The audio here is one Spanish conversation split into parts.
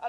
a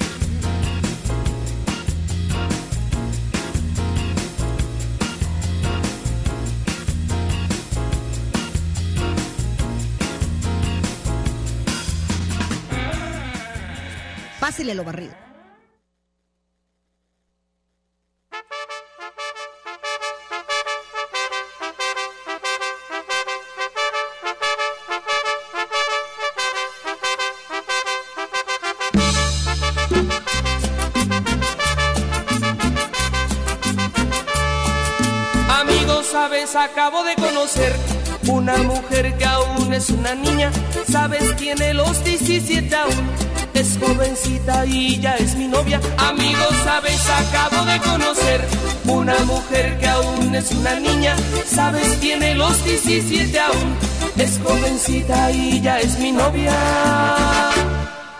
Pásele lo barrido. Amigos, sabes, acabo de conocer una mujer que aún es una niña. Sabes, tiene los 17 aún. Es jovencita y ya es mi novia. Amigos, sabes, acabo de conocer una mujer que aún es una niña. Sabes, tiene los 17 aún. Es jovencita y ya es mi novia.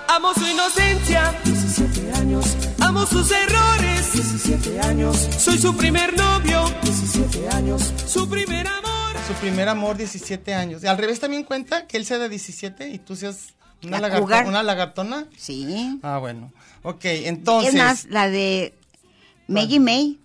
Amo su inocencia, 17 años. Amo sus errores, 17 años. Soy su primer novio, 17 años. Su primer amor. Su primer amor, 17 años. Y al revés también cuenta que él sea de 17 y tú seas una, La lagarto- cougar. una lagartona. Sí. Ah, bueno. Ok, entonces. es más, la de Maggie May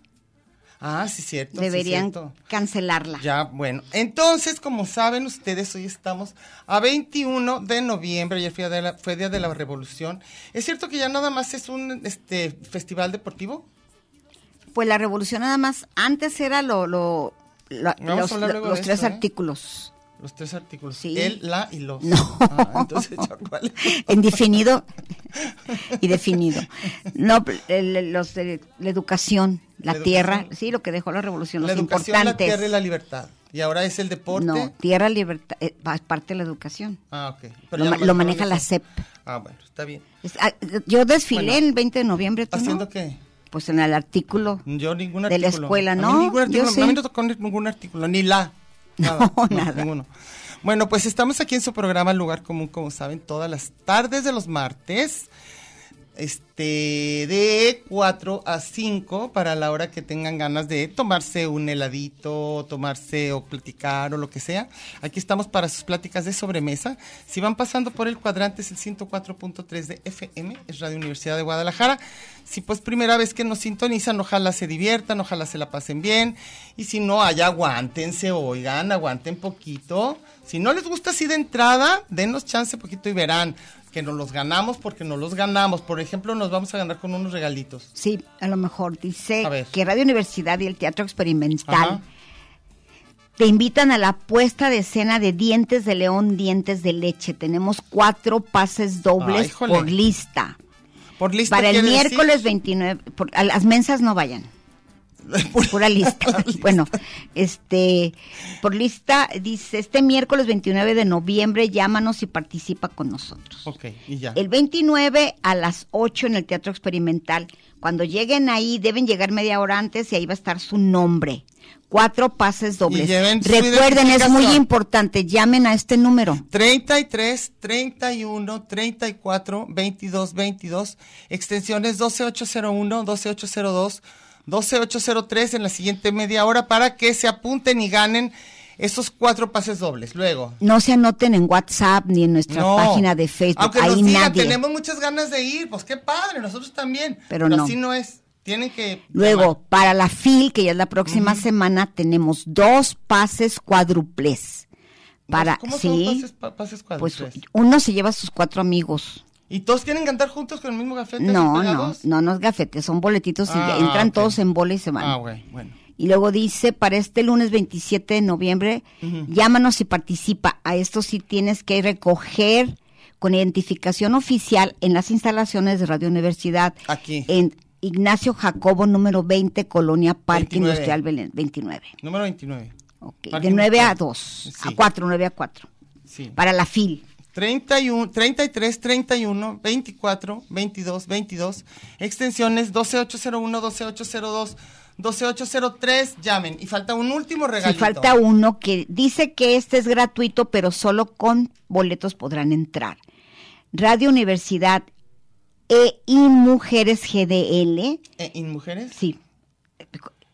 Ah, sí, cierto. sí, deberían cierto. cancelarla. Ya, bueno. Entonces, como saben ustedes, hoy estamos a 21 de noviembre, ayer fue día de la, fue día de la Revolución. ¿Es cierto que ya nada más es un este festival deportivo? Pues la revolución nada más, antes era lo, lo- lo- Vamos a los, hablar lo- luego los de tres esto, ¿eh? artículos. Los tres artículos. Sí. El, la y los. No. Ah, entonces, ¿ya ¿cuál? Indefinido y definido. No, el- los de la educación, la, La tierra, educación. sí, lo que dejó la revolución, La los educación, la importantes. tierra y la libertad. Y ahora es el deporte. no, tierra, libertad, eh, pa- parte de la educación. Ah, ok. Lo ma- ya nomás lo fueron maneja esos. la SEP. Ah, bueno, está bien. Es- ah, Yo desfilé Bueno. el 20 de noviembre. ¿tú no? ¿Haciendo Mm. qué? Pues en el artículo. Yo ningún De artículo. la escuela, A mí ¿no? ningún artículo. Yo sí. A mí no tocó ni- ningún artículo, ni la. Nada, No, nada. ninguno. Bueno, pues estamos aquí en su programa Lugar Común, como saben, todas las tardes de los martes. Este, de 4 a 5 para la hora que tengan ganas de tomarse un heladito, tomarse o platicar o lo que sea. Aquí estamos para sus pláticas de sobremesa. Si van pasando por el cuadrante es el 104.3 de FM, es Radio Universidad de Guadalajara. Si pues primera vez que nos sintonizan, ojalá se diviertan, ojalá se la pasen bien. Y si no, allá aguántense, oigan, aguanten poquito. Si no les gusta así de entrada, denos chance poquito y verán que nos los ganamos porque nos los ganamos. Por ejemplo, nos vamos a ganar con unos regalitos. Sí, a lo mejor A dice ver. que Radio Universidad y el Teatro Experimental Ajá. te invitan a la puesta de escena de Dientes de León, Dientes de Leche. Tenemos cuatro pases Ay, dobles Ah, híjole. por lista. Por lista Para el quiere decir- miércoles 29, por- a las mensas no vayan. Pura lista. bueno, este, por lista dice, este miércoles 29 de noviembre llámanos y participa con nosotros. Ok, y ya. El 29 a las 8 en el Teatro Experimental. Cuando lleguen ahí, deben llegar media hora antes y ahí va a estar su nombre. Cuatro pases dobles. lleven su Recuerden, es identificación. muy importante, llamen a este número. 33, 31, 34, 22, 22, extensiones 12801, 12802, 12803 en la siguiente media hora para que se apunten y ganen esos cuatro pases dobles. Luego. No se anoten en WhatsApp ni en nuestra No. página de Facebook. Aunque ahí nos digan, nadie. tenemos muchas ganas de ir, pues qué padre, nosotros también. Pero no. así no es. Tienen que Luego, llamar. para la FIL, que ya es la próxima semana, tenemos dos pases cuádruples. Para, ¿Cómo son sí, pases, pa- pases pues cuádruples? uno se lleva a sus cuatro amigos. ¿Y todos quieren cantar juntos con el mismo gafete? No, así no, pegados? no, no es gafete, son boletitos y Ah, ya entran ok. todos en bola y se van. Ah, güey, bueno. Y luego dice, para este lunes 27 de noviembre, llámanos y participa. A esto sí tienes que recoger con identificación oficial en las instalaciones de Radio Universidad. Aquí. En Ignacio Jacobo, número 20, Colonia Parque 29. Industrial Belén, 29. Número 29. Ok, Parque De 9 a Militar. 2, a Sí. 4, 9 a 4. Sí. Para la FIL. 31, 33, 31, 24, 22, 22, extensiones 12801, 12802, 12803, llamen. Y falta un último Si regalo. falta uno que dice que este es gratuito, pero solo con boletos podrán entrar. Radio Universidad e Inmujeres GDL. Eh, ¿In mujeres? Sí.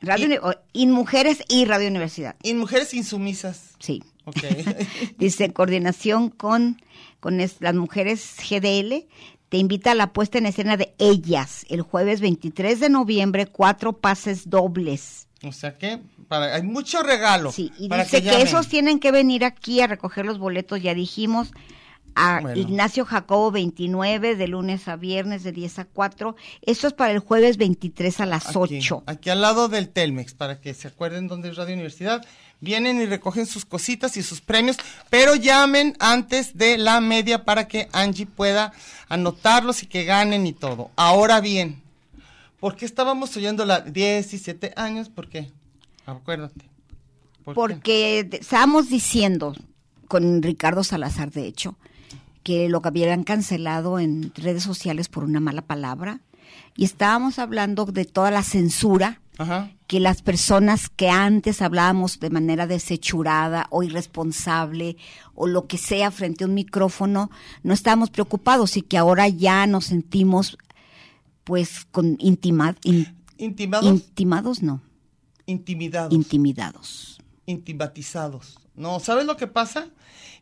Radio Uni- o Inmujeres y Radio Universidad. ¿In mujeres insumisas? Sí. Ok. Dice, coordinación con, con es- las mujeres GDL, te invita a la puesta en escena de ellas el jueves 23 de noviembre, cuatro pases dobles. o sea que para, hay mucho regalo. Sí, y para dice que, llamen. esos tienen que venir aquí a recoger los boletos, ya dijimos, a Bueno. Ignacio Jacobo 29, de lunes a viernes, de 10 a 4. Esto es para el jueves 23 a las Aquí, 8. Aquí al lado del Telmex, para que se acuerden dónde es Radio Universidad. Vienen y recogen sus cositas y sus premios, pero llamen antes de la media para que Angie pueda anotarlos y que ganen y todo. Ahora bien, ¿por qué estábamos oyendo la 17 años? ¿Por qué? Acuérdate. ¿Por qué? Porque de- estábamos diciendo con Ricardo Salazar, de hecho, que lo que habían cancelado en redes sociales por una mala palabra. Y estábamos hablando de toda la censura Ajá. que las personas que antes hablábamos de manera desechurada o irresponsable o lo que sea frente a un micrófono, no estábamos preocupados y que ahora ya nos sentimos pues con intima- in- Intimados, intimados, no, intimidados. intimidados. intimatizados. No, ¿sabes lo que pasa?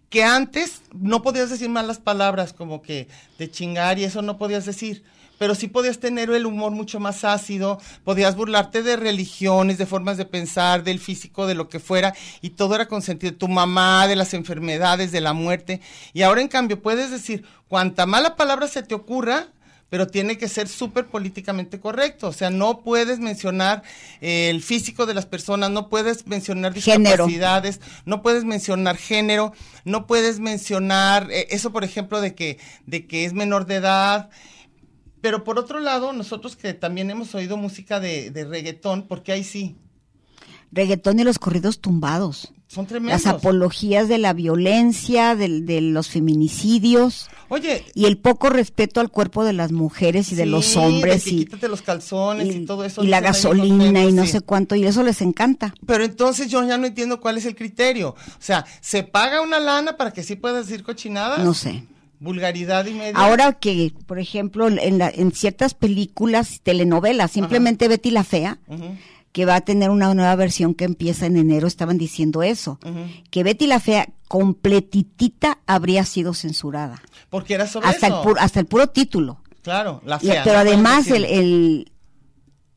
Que antes no podías decir malas palabras, como que de chingar y eso no podías decir. Pero sí podías tener el humor mucho más ácido, podías burlarte de religiones, de formas de pensar, del físico, de lo que fuera, y todo era consentido. Tu mamá, de las enfermedades, de la muerte. Y ahora, en cambio, puedes decir cuanta mala palabra se te ocurra, pero tiene que ser súper políticamente correcto. O sea, no puedes mencionar eh, el físico de las personas, no puedes mencionar Género. discapacidades, no puedes mencionar género, no puedes mencionar eh, eso, por ejemplo, de que, de que es menor de edad. Pero por otro lado, nosotros que también hemos oído música de, de reggaetón, porque ahí sí, Reggaetón y los corridos tumbados. son tremendos. Las apologías de la violencia, del- de, los feminicidios Oye, y el poco respeto al cuerpo de las mujeres y de sí, los hombres que y, quítate los calzones y, y- todo eso. y la dicen ahí en los gasolina y memes, no sí. sé cuánto y eso les encanta. Pero entonces yo ya no entiendo cuál es el criterio. O sea, ¿se paga una lana para que sí puedas decir cochinadas? No sé. Vulgaridad y media. Ahora que, por ejemplo, en, la- en ciertas películas, telenovelas, simplemente Betty la Fea, Ujú. que va a tener una nueva versión que empieza en enero, estaban diciendo eso, que Betty la Fea completitita habría sido censurada, Porque era sobre hasta el, eso. pu- hasta el puro título. Claro, la Y- fea. pero no puedes además el, decirlo. el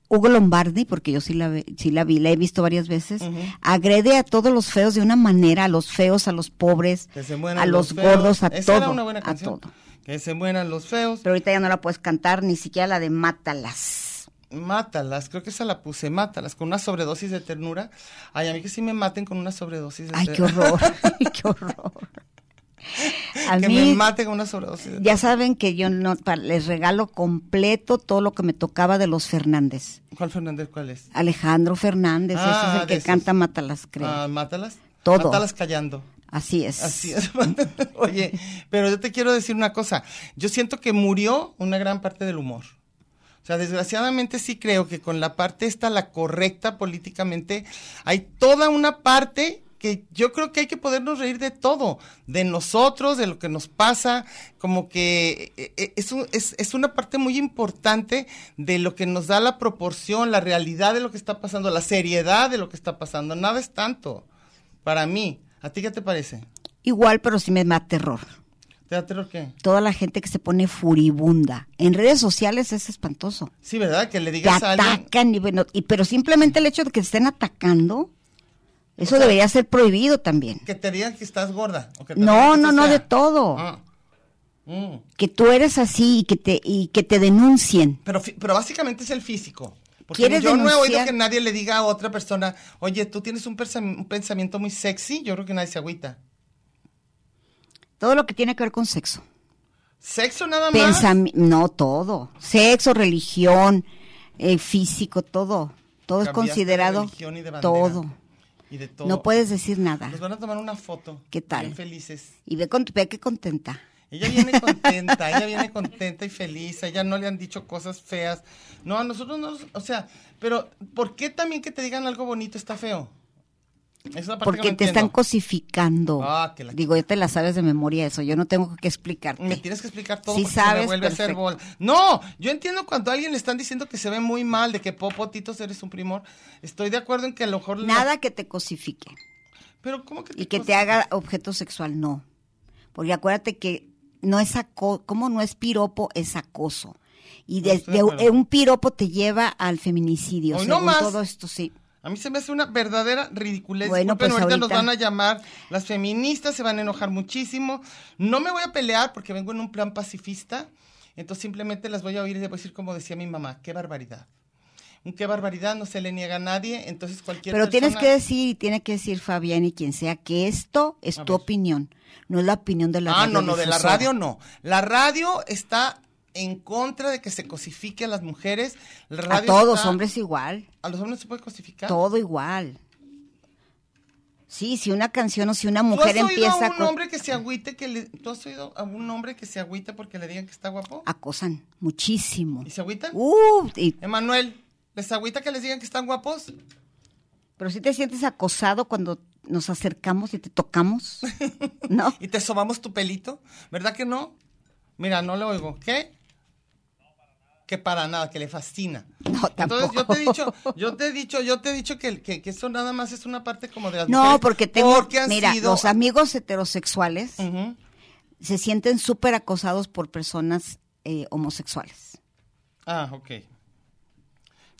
Hugo Lombardi, porque yo sí la, ve- sí la vi, la he visto varias veces, Ujú. agrede a todos los feos de una manera, a los feos, a los pobres, Que se mueran a los, feos. gordos, a Esa todo, era una buena a canción. todo. Que se mueran los feos. Pero ahorita ya no la puedes cantar, ni siquiera la de Mátalas. Mátalas, creo que esa la puse, mátalas, con una sobredosis de ternura. Ay, a mí que sí me maten con una sobredosis de Ay, qué ternura. horror, qué horror. A que mí, me maten con una sobredosis de ya saben que yo no, pa- les regalo completo todo lo que me tocaba de los Fernández. ¿Cuál Fernández? ¿Cuál es? Alejandro Fernández, Ah, ese es el de que esos. canta Mátalas, creo. Ah, mátalas. Todo. Mátalas callando. Así es. Así es. Oye, pero yo te quiero decir una cosa. Yo siento que murió una gran parte del humor. O sea, desgraciadamente sí creo que con la parte esta, la correcta políticamente, hay toda una parte que yo creo que hay que podernos reír de todo, de nosotros, de lo que nos pasa, como que eh, eh, es, un- es- es una parte muy importante de lo que nos da la proporción, la realidad de lo que está pasando, la seriedad de lo que está pasando. Nada es tanto para mí. ¿A ti qué te parece? Igual, pero sí me da terror. ¿Te da terror qué? Toda la gente que se pone furibunda. En redes sociales es espantoso. Sí, ¿verdad? Que le Te digas a alguien. atacan y bueno, y, pero simplemente el hecho de que te estén atacando, eso debería ser prohibido también. Que te digan que estás gorda. o que te digan No, que no, estás no, de fea. todo. Ah. Mm. Que tú eres así y que te, y que te denuncien. Pero, fi- pero básicamente es el físico. Porque ¿Quieres yo no he oído denunciar? que nadie le diga a otra persona, oye, tú tienes un, persa- un pensamiento muy sexy, yo creo que nadie se agüita. Todo lo que tiene que ver con sexo. Sexo nada más. Pensami- no todo. Sexo, religión, eh, físico, todo. Todo es Cambiaste de considerado religión y de bandera. todo. Y de todo. No puedes decir nada. Nos van a tomar una foto. ¿Qué tal? Bien felices. Y ve, con, ve que contenta. Ella viene contenta, ella viene contenta y feliz, a ella no le han dicho cosas feas. No, a nosotros no, o sea, pero ¿por qué también que te digan algo bonito está feo? Esa es la parte que Porque no te están entiendo. cosificando. Ah, que la Digo, ya te la sabes de memoria eso. Yo no tengo que explicarte. Me tienes que explicar todo Sí porque se me sabes, vuelve a hacer perfecto. bola. No, yo entiendo cuando a alguien le están diciendo que se ve muy mal, de que popotitos eres un primor. Estoy de acuerdo en que a lo mejor... la- Nada que te cosifique pero ¿cómo que y que te cos- haga objeto sexual, no. Porque acuérdate que no es acoso, como no es piropo, es acoso. Y No, de, estoy de de- acuerdo. un piropo te lleva al feminicidio. Hoy no según más. todo esto, sí. A mí se me hace una verdadera ridiculez. Bueno, Disculpen, pues ahorita, nos ahorita- van a llamar las feministas, se van a enojar muchísimo. No me voy a pelear porque vengo en un plan pacifista. Entonces simplemente las voy a oír y les voy a decir como decía mi mamá, qué barbaridad. Un qué barbaridad, no se le niega a nadie. Entonces cualquier Pero tienes que persona- decir, y tiene que decir Fabián y quien sea, que esto es A tu ver. opinión, no es la opinión de la ah, radio. no, no, de la radio no. La radio está en contra de que se cosifique a las mujeres. La A radio todos, está- hombres igual. A los hombres se puede cosificar. Todo igual. Sí, si una canción o si una ¿Tú has mujer oído empieza a un con- hombre que se agüite que le, ¿Tú has oído a un hombre que se agüita porque le digan que está guapo? acosan muchísimo. ¿Y se agüitan? Ah. Uh, y- Emanuel, ¿les agüita que les digan que están guapos? pero si te sientes acosado cuando nos acercamos y te tocamos, ¿no? ¿Y te sobamos tu pelito? ¿Verdad que no? Mira, no lo oigo. ¿Qué? Que para nada, que le fascina. No, Entonces yo tampoco. te he dicho, yo te he dicho, yo te he dicho que, que- que eso nada más es una parte como de las No, mujeres, porque tengo, porque han mira, sido- los amigos heterosexuales Ujú. se sienten súper acosados por personas eh, homosexuales. Ah, ok.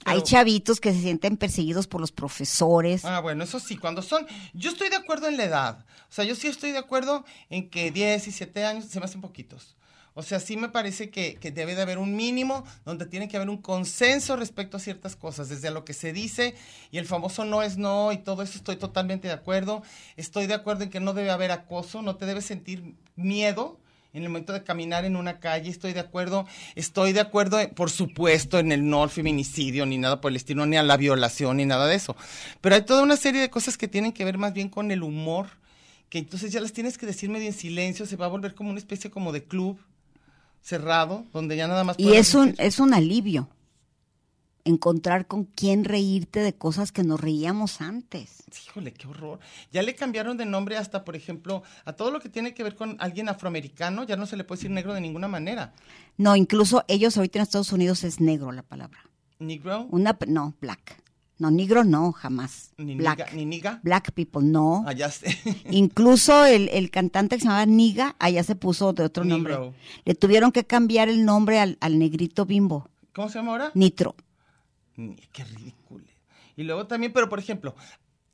Hay Pero- chavitos que se sienten perseguidos por los profesores. Ah, bueno, eso sí, cuando son... Yo estoy de acuerdo en la edad. O sea, yo sí estoy de acuerdo en que 10 y 7 años se me hacen poquitos. O sea, sí me parece que, que debe de haber un mínimo donde tiene que haber un consenso respecto a ciertas cosas, desde lo que se dice y el famoso no es no y todo eso estoy totalmente de acuerdo. Estoy de acuerdo en que no debe haber acoso, no te debes sentir miedo en el momento de caminar en una calle, estoy de acuerdo, estoy de acuerdo, eh, por supuesto, en el no al feminicidio, ni nada por el estilo, ni a la violación, ni nada de eso. Pero hay toda una serie de cosas que tienen que ver más bien con el humor, que entonces ya las tienes que decir medio en silencio, se va a volver como una especie como de club cerrado, donde ya nada más... Y puedes es un, decir- es un alivio encontrar con quién reírte de cosas que nos reíamos antes. Híjole, qué horror. Ya le cambiaron de nombre hasta, por ejemplo, a todo lo que tiene que ver con alguien afroamericano, ya no se le puede decir negro de ninguna manera. No, incluso ellos ahorita en Estados Unidos es negro la palabra. Negro, Una, pe- no, black. No, negro no, jamás. ni black. niga, ni niga. Ah, Black people, no. Allá se... Incluso el, el cantante que se llamaba Niga, allá se puso de otro Negro. nombre. Le tuvieron que cambiar el nombre al, al negrito bimbo, ¿Cómo se llama ahora? Nitro. Ni- Qué ridículo. Y luego también, pero por ejemplo,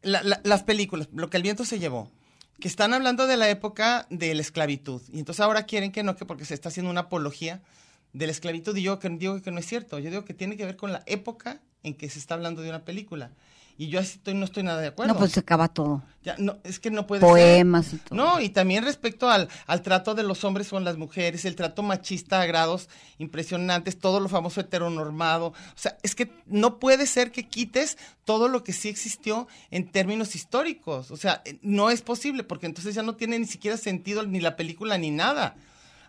la- la- las películas, lo que el viento se llevó, que están hablando de la época de la esclavitud. Y entonces ahora quieren que no, que porque se está haciendo una apología de la esclavitud. Y yo que, digo que no es cierto. Yo digo que tiene que ver con la época en que se está hablando de una película. Y yo así estoy- no estoy nada de acuerdo. No, pues se acaba todo. Ya, no, es que no puede ser. Poemas y todo. No, y también respecto al, al trato de los hombres con las mujeres, el trato machista a grados impresionantes, todo lo famoso heteronormado. O sea, es que no puede ser que quites todo lo que sí existió en términos históricos. O sea, eh, no es posible, porque entonces ya no tiene ni siquiera sentido ni la película ni nada.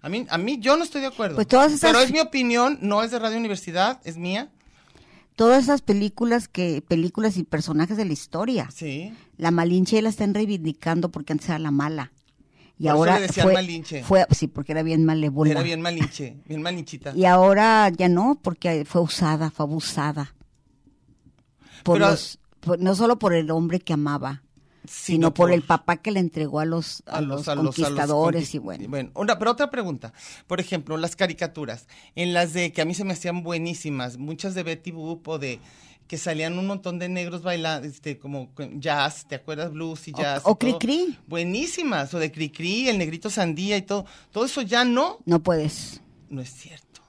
A mí, a mí yo no estoy de acuerdo. Pues todas esas- Pero es mi opinión, no es de Radio Universidad, es mía. Todas esas películas que películas y personajes de la historia. Sí. La Malinche la están reivindicando porque antes era la mala. Y Por eso ahora le decían fue, Malinche. fue- sí, porque era bien malévola. Era bien malinche, bien malinchita. Y ahora ya no, porque fue usada, fue abusada. Por Pero- los- por- no solo por el hombre que amaba, Sí, sino no por, el papá que le entregó a los, a a los los, a los- a los conquistadores conquist- y bueno. una- pero otra pregunta. Por ejemplo, las caricaturas, en las de que a mí se me hacían buenísimas, muchas de Betty Boop o de que salían un montón de negros bailando, este, como con jazz, ¿te acuerdas? Blues y O- o jazz. y todo. Cricri. Buenísimas, o de Cricri, el negrito sandía y todo. Todo eso ya no, No puedes. no es cierto.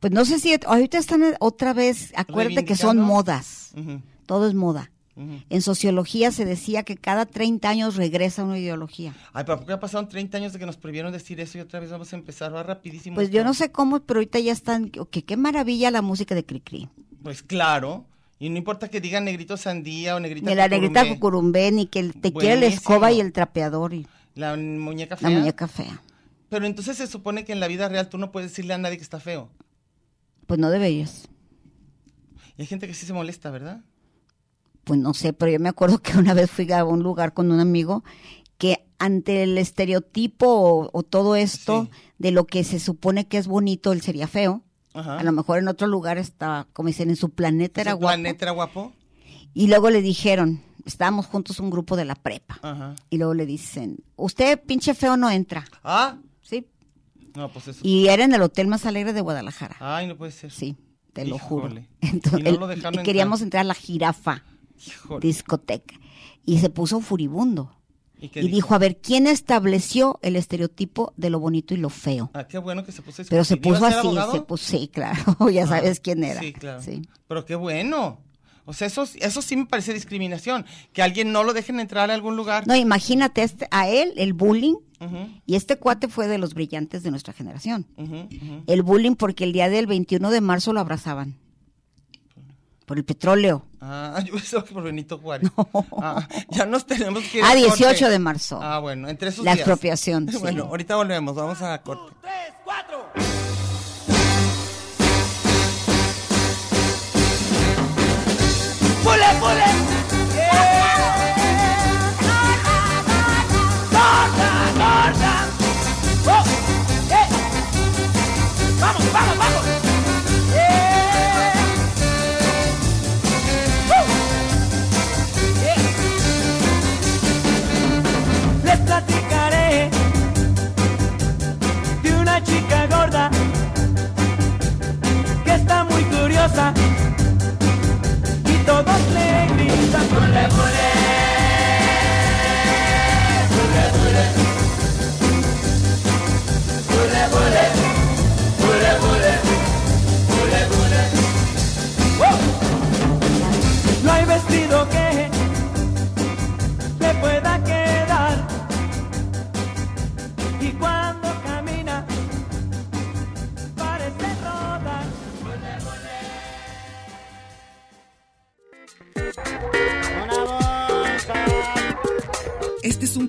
Pues no sé si ahorita están otra vez, acuérdate que son Reivindicando. modas. Ujú, Todo es moda. ujú. En sociología se decía que cada 30 años regresa una ideología. Ay, pero ¿por qué ya pasaron 30 años de que nos prohibieron decir eso y otra vez vamos a empezar? Va rapidísimo. Pues esto. yo no sé cómo, pero ahorita ya están, que qué maravilla la música de Cricri. Pues claro. Y no importa que digan negrito sandía o negrita De la cucurumbé. negrita cucurumbé, ni que el- te quiere la Buenísimo. escoba y el trapeador y La muñeca la fea. muñeca fea. Pero entonces se supone que en la vida real tú no puedes decirle a nadie que está feo. Pues no deberías. Y hay gente que sí se molesta, ¿verdad? Pues no sé, pero yo me acuerdo que una vez fui a un lugar con un amigo que ante el estereotipo o, o todo esto Sí. de lo que se supone que es bonito, él sería feo. Ajá. A lo mejor en otro lugar estaba, como dicen, en su planeta era Ah. Su guapo. planeta era guapo. Y luego le dijeron, estábamos juntos un grupo de la prepa. Ajá. Y luego le dicen, usted pinche feo no entra, Ah, ¿sí? no, pues eso. Y era en el hotel más alegre de Guadalajara. Ay, no puede ser. Sí, te lo Ah. Híjole. juro. Y Entonces, no él- lo dejaron y entrar. queríamos entrar a la jirafa Híjole. discoteca y se puso furibundo. ¿Y qué Y dijo, a ver, ¿quién estableció el estereotipo de lo bonito y lo feo? Ah, qué bueno que se puso a Pero se discutir. ¿Iba puso a ser así, abogado? se puso, sí, claro, ya Ah, sabes quién era. Sí, claro. sí. Pero qué bueno. O sea, eso, eso sí me parece discriminación. Que alguien no lo dejen entrar a algún lugar. No, imagínate este- a él, el bullying, Ujú, y este cuate fue de los brillantes de nuestra generación. ujú, ujú. El bullying porque el día del 21 de marzo lo abrazaban. Por el petróleo. Ah, yo pensaba que por Benito Juárez. Ah, ya nos tenemos que ir. Ah, al 18 corte. de marzo. Ah, bueno, entre esos La días. expropiación, sí. Bueno, ahorita volvemos, vamos a corte. Les platicaré de una chica gorda que está muy curiosa y todos le gritan ¡Bule, bule! ¡Bule, bule! ¡Bule, bule! ¡Bule, bule! ¡Bule, bule! ¡Oh! No hay vestido que le pueda quedar y cuando camina parece rodar. Este es un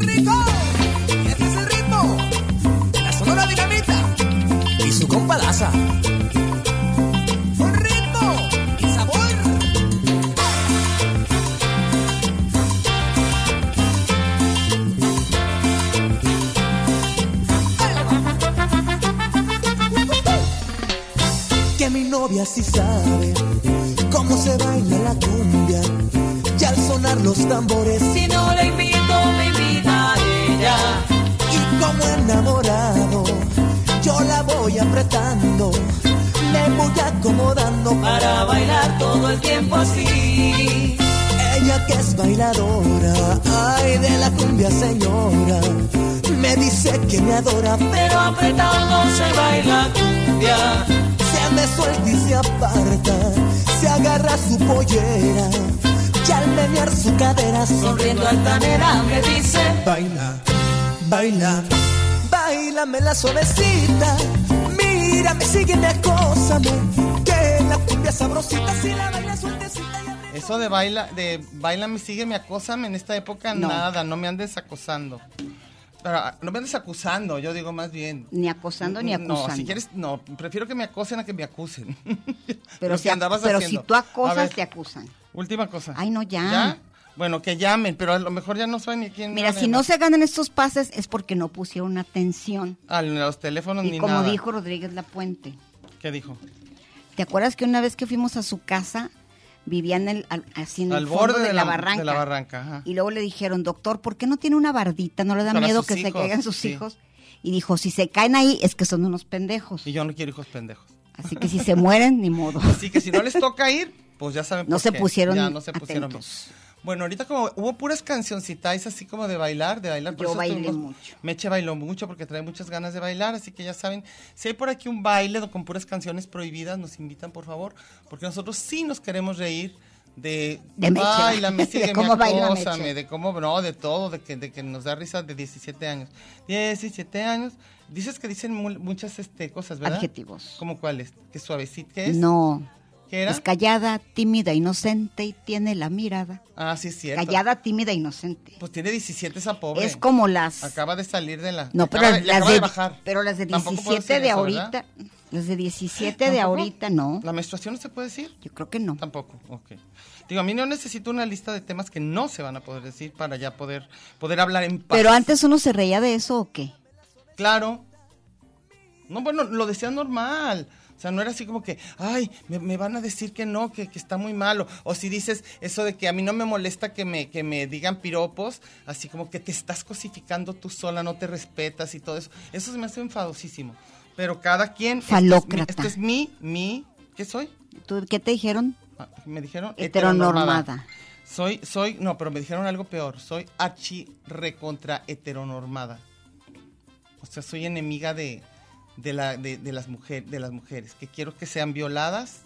rico. Este es el ritmo. La sonora dinamita. Y su compa Daza. Con ritmo y sabor. Que mi novia sí sabe cómo se baila la cumbia. Y al sonar los tambores Si no le invito, me invita ella. Y como enamorado, yo la voy apretando, me voy acomodando Para bailar todo el tiempo así. Ella que es bailadora, ay de la cumbia señora, me dice que me adora, Pero apretado se baila cumbia. se me suelta y se aparta, se agarra su pollera, y al menear su cadera Sonriendo altanera me dice. Baila, baila, bailame la suavecita. Mírame, sígueme, acósame. Que la cumbia es sabrosita, si la baila sueltecita y abre- Eso de baila, de bailame, sígueme, acósame en esta época, nada, no me andes acosando. Pero, ah, no me andes acusando, yo digo más bien. Mm, Ni acosando ni acusando. No, si quieres, no, prefiero que me acosen a que me acusen. pero Lo si, que andabas pero si haciendo. tú A ver, acosas, te acusan. Última cosa. Ay, no, ya. Bueno, que llamen, pero a lo mejor ya no saben ni quién. Mira, si no se ganan estos pases es porque no pusieron atención. A los teléfonos Y Ah, ni como nada. dijo Rodríguez Lapuente, ¿Qué dijo? ¿te acuerdas que una vez que fuimos a su casa, vivían el, al, así en Al el fondo borde de, de la, la- barranca? de la barranca, ajá. Y luego le dijeron, doctor, ¿por qué no tiene una bardita? ¿No le da Para miedo sus que se hijos, caigan sus sí. hijos? Y dijo, si se caen ahí es que son unos pendejos. Y yo no quiero hijos pendejos. Así que si se mueren, ni modo. Así que si no les toca ir, pues ya saben No por se qué. pusieron Ya, no se pusieron atentos. bien. Bueno, ahorita como hubo puras cancioncitas así como de bailar, de bailar. Yo eso bailé tuvimos- mucho. Meche bailó mucho porque trae muchas ganas de bailar, así que ya saben, si hay por aquí un baile do- con puras canciones prohibidas, nos invitan por favor, porque nosotros sí nos queremos reír de, De Meche. Báilame, De sígueme, cómo baila acósame, Meche. de cómo, no, de todo, de que, de que nos da risa de 17 años. 17 años. Dices que dicen mu- muchas este, cosas, ¿verdad? Adjetivos. ¿Cómo cuáles? ¿Que suavecito que es? No. ¿Qué era? Es callada, tímida, inocente y tiene la mirada. Ah, sí, es cierto. Callada, tímida, inocente. Pues tiene 17 esa pobre. Es como las... Acaba de salir de la. No, le pero acaba de- le las, acaba de, de bajar. pero las de Tampoco puedo 17 decir de eso, ahorita, ¿verdad? las de 17 de ¿Tampoco? ahorita no. ¿La menstruación no se puede decir? Yo creo que no. Tampoco, ok. Digo, a mí no necesito una lista de temas que no se van a poder decir para ya poder, poder hablar en paz. Pero antes uno se reía de eso o qué? Claro. No, bueno, lo decía normal. O sea, no era así como que, ay, me, me van a decir que no, que, que está muy malo. O si dices eso de que a mí no me molesta que me, que me digan piropos, así como que te estás cosificando tú sola, no te respetas y todo eso. Eso se me hace enfadosísimo. Pero cada quien... esto es mi- Falócrata. Esto es mi, mi, ¿qué soy? ¿Tú, ¿Qué te dijeron? Ah, Me dijeron Heteronormada. Soy, soy, no, pero me dijeron algo peor. Soy archi recontra heteronormada. O sea, soy enemiga de, de, la, de, de las mujer, de las mujeres. Que quiero que sean violadas,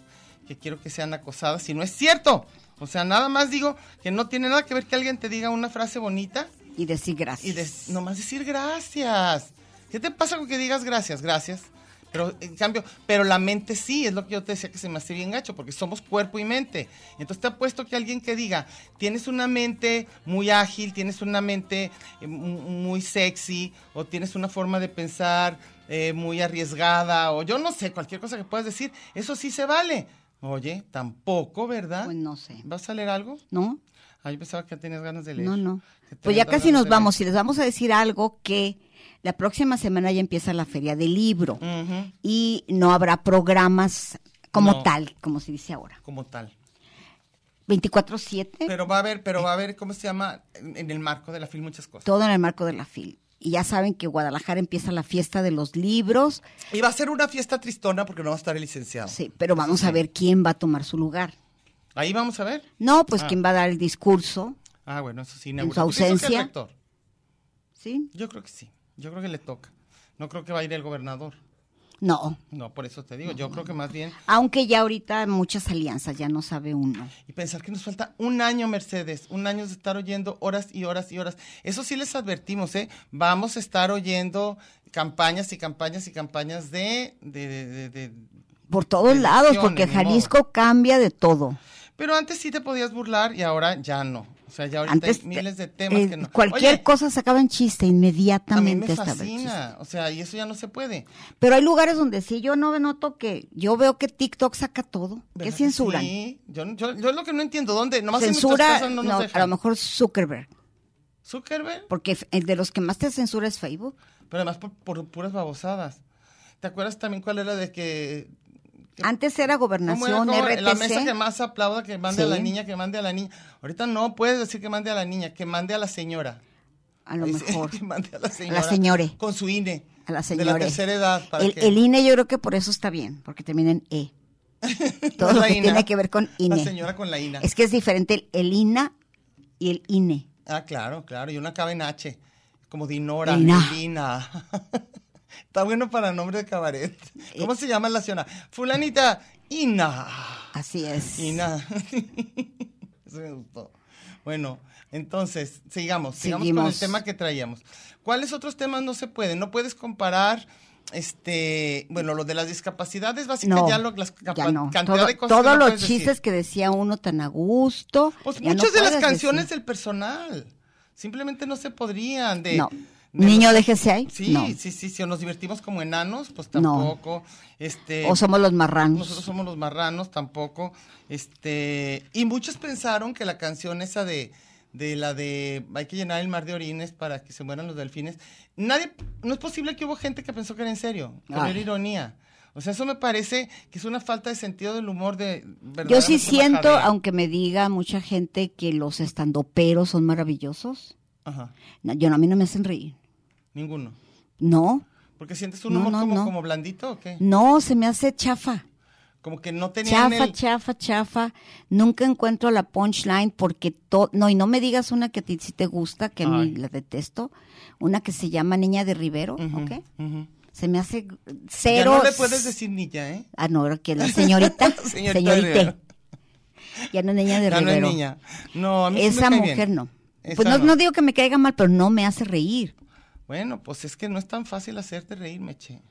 que quiero que sean acosadas. Y no es cierto. O sea, nada más digo que no tiene nada que ver que alguien te diga una frase bonita Y decir gracias. y de- nomás decir gracias. ¿Qué te pasa con que digas gracias? Gracias. Pero en cambio, pero la mente sí, es lo que yo te decía que se me hace bien gacho, porque somos cuerpo y mente. Entonces te apuesto que alguien que diga, tienes una mente muy ágil, tienes una mente eh, mu- muy sexy, o tienes una forma de pensar eh, muy arriesgada, o yo no sé, cualquier cosa que puedas decir, eso sí se vale. Oye, tampoco, ¿verdad? Pues no sé. ¿Vas a leer algo? ¿No? Ah, yo pensaba que tenías ganas de leer. No, no. Que Pues ya tenías casi ganas nos de leer. vamos y les vamos a decir algo que la próxima semana ya empieza la feria del libro Ujú, y no habrá programas como No. tal, como se dice ahora. como tal. 24/7, Pero va a haber, pero va a haber, ¿cómo se llama? En, en el marco de la film muchas cosas. todo en el marco de la FIL. Y ya saben que Guadalajara empieza la fiesta de los libros, Y va a ser una fiesta tristona porque no va a estar el licenciado. sí, pero vamos a ver quién va a tomar su lugar. Ahí vamos a ver. No, pues Ah. quién va a dar el discurso, Ah, bueno, eso sí, su inaugura- Yo pienso que el ausencia. rector. ¿sí? Yo creo que sí. Yo creo que le toca. No creo que va a ir el gobernador. No, No, por eso te digo. Yo creo que más bien. aunque ya ahorita muchas alianzas, ya no sabe uno. Y pensar que nos falta un año, Mercedes, un año de estar oyendo horas y horas y horas. Eso sí les advertimos, ¿eh? Vamos a estar oyendo campañas y campañas y campañas de- de- de- de- de Por todos lados, Elecciones, porque ni modo. Jalisco cambia de todo. Pero antes sí te podías burlar y ahora ya no. O sea, ya ahorita Antes hay miles de temas eh, que no. Cualquier Oye, cosa sacaba en chiste A mí inmediatamente. me estaba el chiste. fascina. O sea, y eso ya no se puede. Pero hay lugares donde sí, yo no noto que, yo veo que TikTok saca todo. ¿Qué ¿Verdad censuran? Sí, yo, yo, yo lo que no entiendo, ¿dónde? Nomás en muchas Censura, casas no, no nos a dejan. lo mejor Zuckerberg, Zuckerberg, porque f- el de los que más te censura es Facebook. pero además por, por puras babosadas. ¿Te acuerdas también cuál era de que... que- Antes era ¿cómo era? gobernación, ¿Cómo era? RTC. La mesa que más aplauda, que mande a la Sí. niña, que mande a la niña. Ahorita no puedes decir que mande a la niña, que mande a la señora. A lo Ahí sí, mejor. que mande a la señora. señore. Con su INE. A la De señora. E. la tercera edad. para el, que- el INE yo creo que por eso está bien, porque termina en E. Todo No, lo la que INA. tiene que ver con INE. La señora con la INA. Es que es diferente el, el INA y el E. INE. Ah, claro, claro. Y una acaba en H. Como Dinora, Ina. Lina. Está bueno para nombre de cabaret. Eh. ¿Cómo se llama la señora? Fulanita Ina. Así es. Ina. Eso me gustó. Bueno, entonces, sigamos. Sigamos con Seguimos. el tema que traíamos. ¿Cuáles otros temas no se pueden? No puedes comparar. Este, bueno, lo de las discapacidades básicas No, ya lo, las ya capa- no. cantidad Todo- de cosas que todos no los puedes decir. chistes que decía uno tan a gusto. Pues ya no muchas de las puedes canciones decir. del personal. Simplemente no se podrían. De, No. Niño, déjese ahí. Sí, no. sí, sí, si nos divertimos como enanos, pues No. tampoco. Este, O somos los marranos. nosotros somos los marranos tampoco. Este, y muchos pensaron que la canción esa de de la de hay que llenar el mar de orines para que se mueran los delfines. Nadie no es posible que hubo gente que pensó que era en serio, que Ay. era ironía. O sea, eso me parece que es una falta de sentido del humor de Yo sí verdaderamente siento, majadera. aunque me diga mucha gente que los estandoperos son maravillosos, Ajá, no, yo no- a mí no me hacen reír. ninguno. No, Porque sientes un No, humor no, como, no. como blandito o qué? no, se me hace chafa. Como que no tenían Chafa, el- chafa, chafa. Nunca encuentro la punchline porque todo. No, y no me digas una que a ti sí te gusta, que a mí Ay. la detesto. Una que se llama Niña de Rivero, ¿ok? Ujú. Se me hace Ya cero. no le puedes decir ni ya, ¿eh? Ah, no, que la señorita. Señorita señorita. Rivero. Ya no es niña de Ya no es Rivero. niña. No, a mí sí me Esa cae bien. mujer no. Esa Pues no, no digo que me caiga mal, pero no me hace reír. Bueno, pues es que no es tan fácil hacerte reír, Meche.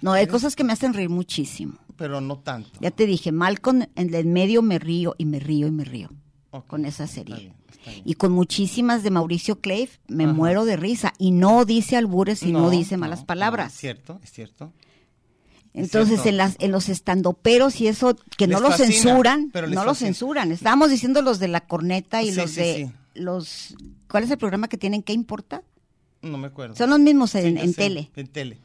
No, hay cosas que me hacen reír muchísimo. Pero no tanto. Ya te dije, Malcolm en el medio me río y me río y me río Ok, con esa está serie. bien, está bien. Y con muchísimas de Mauricio Clave me muero de risa. Y no dice albures y no, dice malas no, palabras. es cierto, es cierto. Entonces, cierto. en las en los estandoperos y eso, que no Les lo fascina, censuran, pero les no lo fascina. censuran. Estábamos diciendo los de la corneta y Sí, los sí, de sí. los... ¿Cuál es el programa que tienen? ¿Qué importa? No me acuerdo. Son los mismos Sí, en, ya en sé, tele. En tele.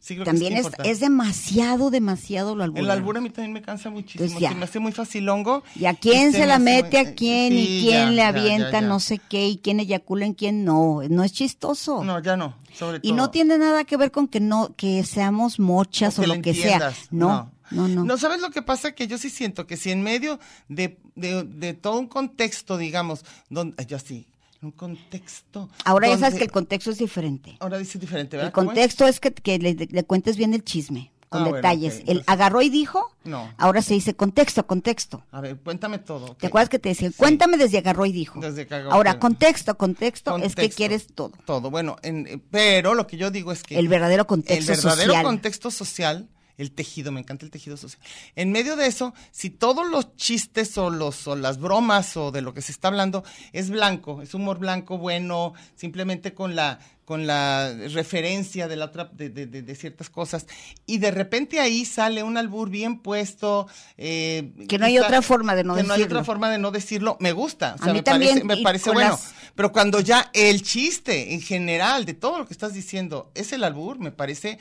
Sí, creo que También sí es, importa. es demasiado, demasiado lo albur. El albur a mí también me cansa muchísimo. Entonces, ya. Se me hace muy facilongo. ¿Y a quién se, me la hace mete muy- a quién y eh, Sí, quién ya, le ya, avienta ya, ya. no sé qué y quién eyacula en quién no? No es chistoso. No, ya no. Sobre y no todo. tiene nada que ver con que no que seamos mochas o, que lo lo que sea. entiendas. No, no, no. ¿sabes lo que pasa? Que yo sí siento que si en medio de, de- de todo un contexto, digamos, donde, yo sí, en un contexto. Ahora ya sabes donde- que el contexto es diferente. Ahora dice diferente, ¿verdad? El ¿Cómo es? contexto es que, que le, le cuentes bien el chisme, con Ah, bueno, detalles. ok, el entonces- agarró y dijo, No. ahora se dice contexto, contexto. A ver, cuéntame todo. ok. ¿Te acuerdas que te decía, cuéntame desde agarró y dijo? Desde que agarró- ahora, contexto, contexto, es que Contexto. quieres todo. Todo. Bueno, en- eh, pero lo que yo digo es que. El verdadero contexto El verdadero social. contexto social. El tejido, me encanta el tejido social. En medio de eso, si todos los chistes o, los, o las bromas o de lo que se está hablando es blanco, es humor blanco, bueno, simplemente con la, con la referencia de, la otra, de, de- de- de ciertas cosas, y de repente ahí sale un albur bien puesto. eh, Que no hay quizá- otra forma de no que no hay decirlo. otra forma de no decirlo, me gusta. O sea, A mí me parece- también, y me parece con bueno. las- Pero cuando ya el chiste en general de todo lo que estás diciendo es el albur, me parece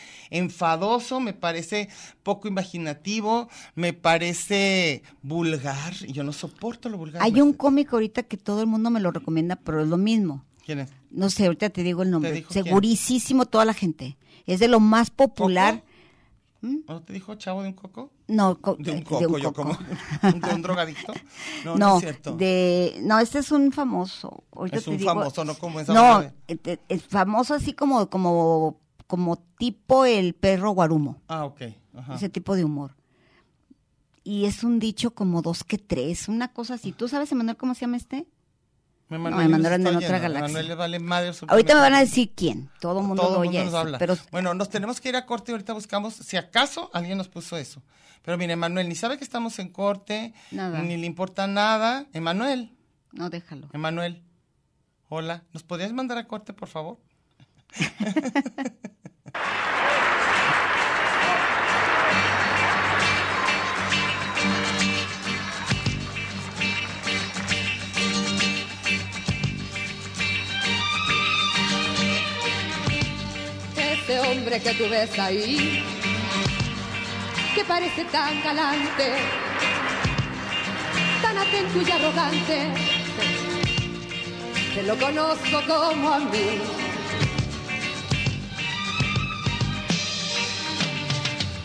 enfadoso, me parece poco imaginativo, me parece vulgar. y Yo no soporto lo vulgar. pues. Hay un Mercedes. cómico ahorita que todo el mundo me lo recomienda, pero es lo mismo. ¿Quién es? No sé, ahorita te digo el nombre. dijo quién? Segurísimo toda la gente. Es de lo más popular. ¿Mm? ¿Coco? ¿No te dijo chavo de un coco? No, co- De un coco, yo Eh, coco. como. ¿De un drogadicto? No, no, es cierto. de, no, este es un famoso. Ahorita Es te un digo- famoso, no como esa No, madre. eh, eh, es famoso así como, como, como tipo el perro guarumo, Ah, ok. Ajá. ese tipo de humor. Y es un dicho como dos que tres, una cosa así. ¿Tú sabes, Emanuel, cómo se llama este? Me me yo mandaron estoy en otra lleno. A galaxia. Manuel le vale madre Ahorita me absolutamente van a decir quién. Todo el mundo Todo lo el oye. mundo eso, nos habla. Pero Bueno, nos tenemos que ir a corte y ahorita buscamos si acaso alguien nos puso eso. Pero mire, Emanuel, ni sabe que estamos en corte, Nada. ni le importa nada. Emanuel, no, déjalo. Emanuel, hola, ¿nos podrías mandar a corte, por favor? Ese hombre que tú ves ahí, que parece tan galante, tan atento y arrogante, te lo conozco como a mí.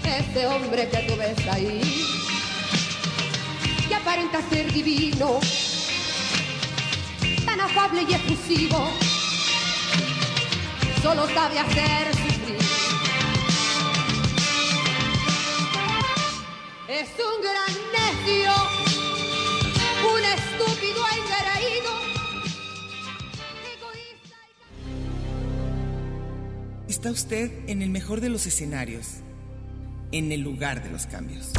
Ese hombre que tú ves ahí, que aparenta ser divino, tan afable y exclusivo solo sabe hacer sufrir. Es un gran necio, un estúpido engreído, egoísta y... Está usted en el mejor de los escenarios, en el lugar de los cambios.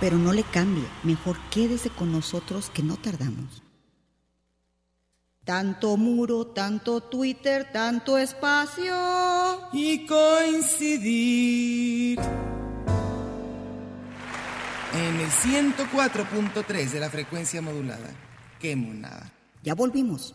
Pero no le cambie. Mejor quédese con nosotros que no tardamos. Tanto muro, tanto Twitter, tanto espacio. Y coincidir. En el 104.3 de la frecuencia modulada. Qué monada. Ya volvimos.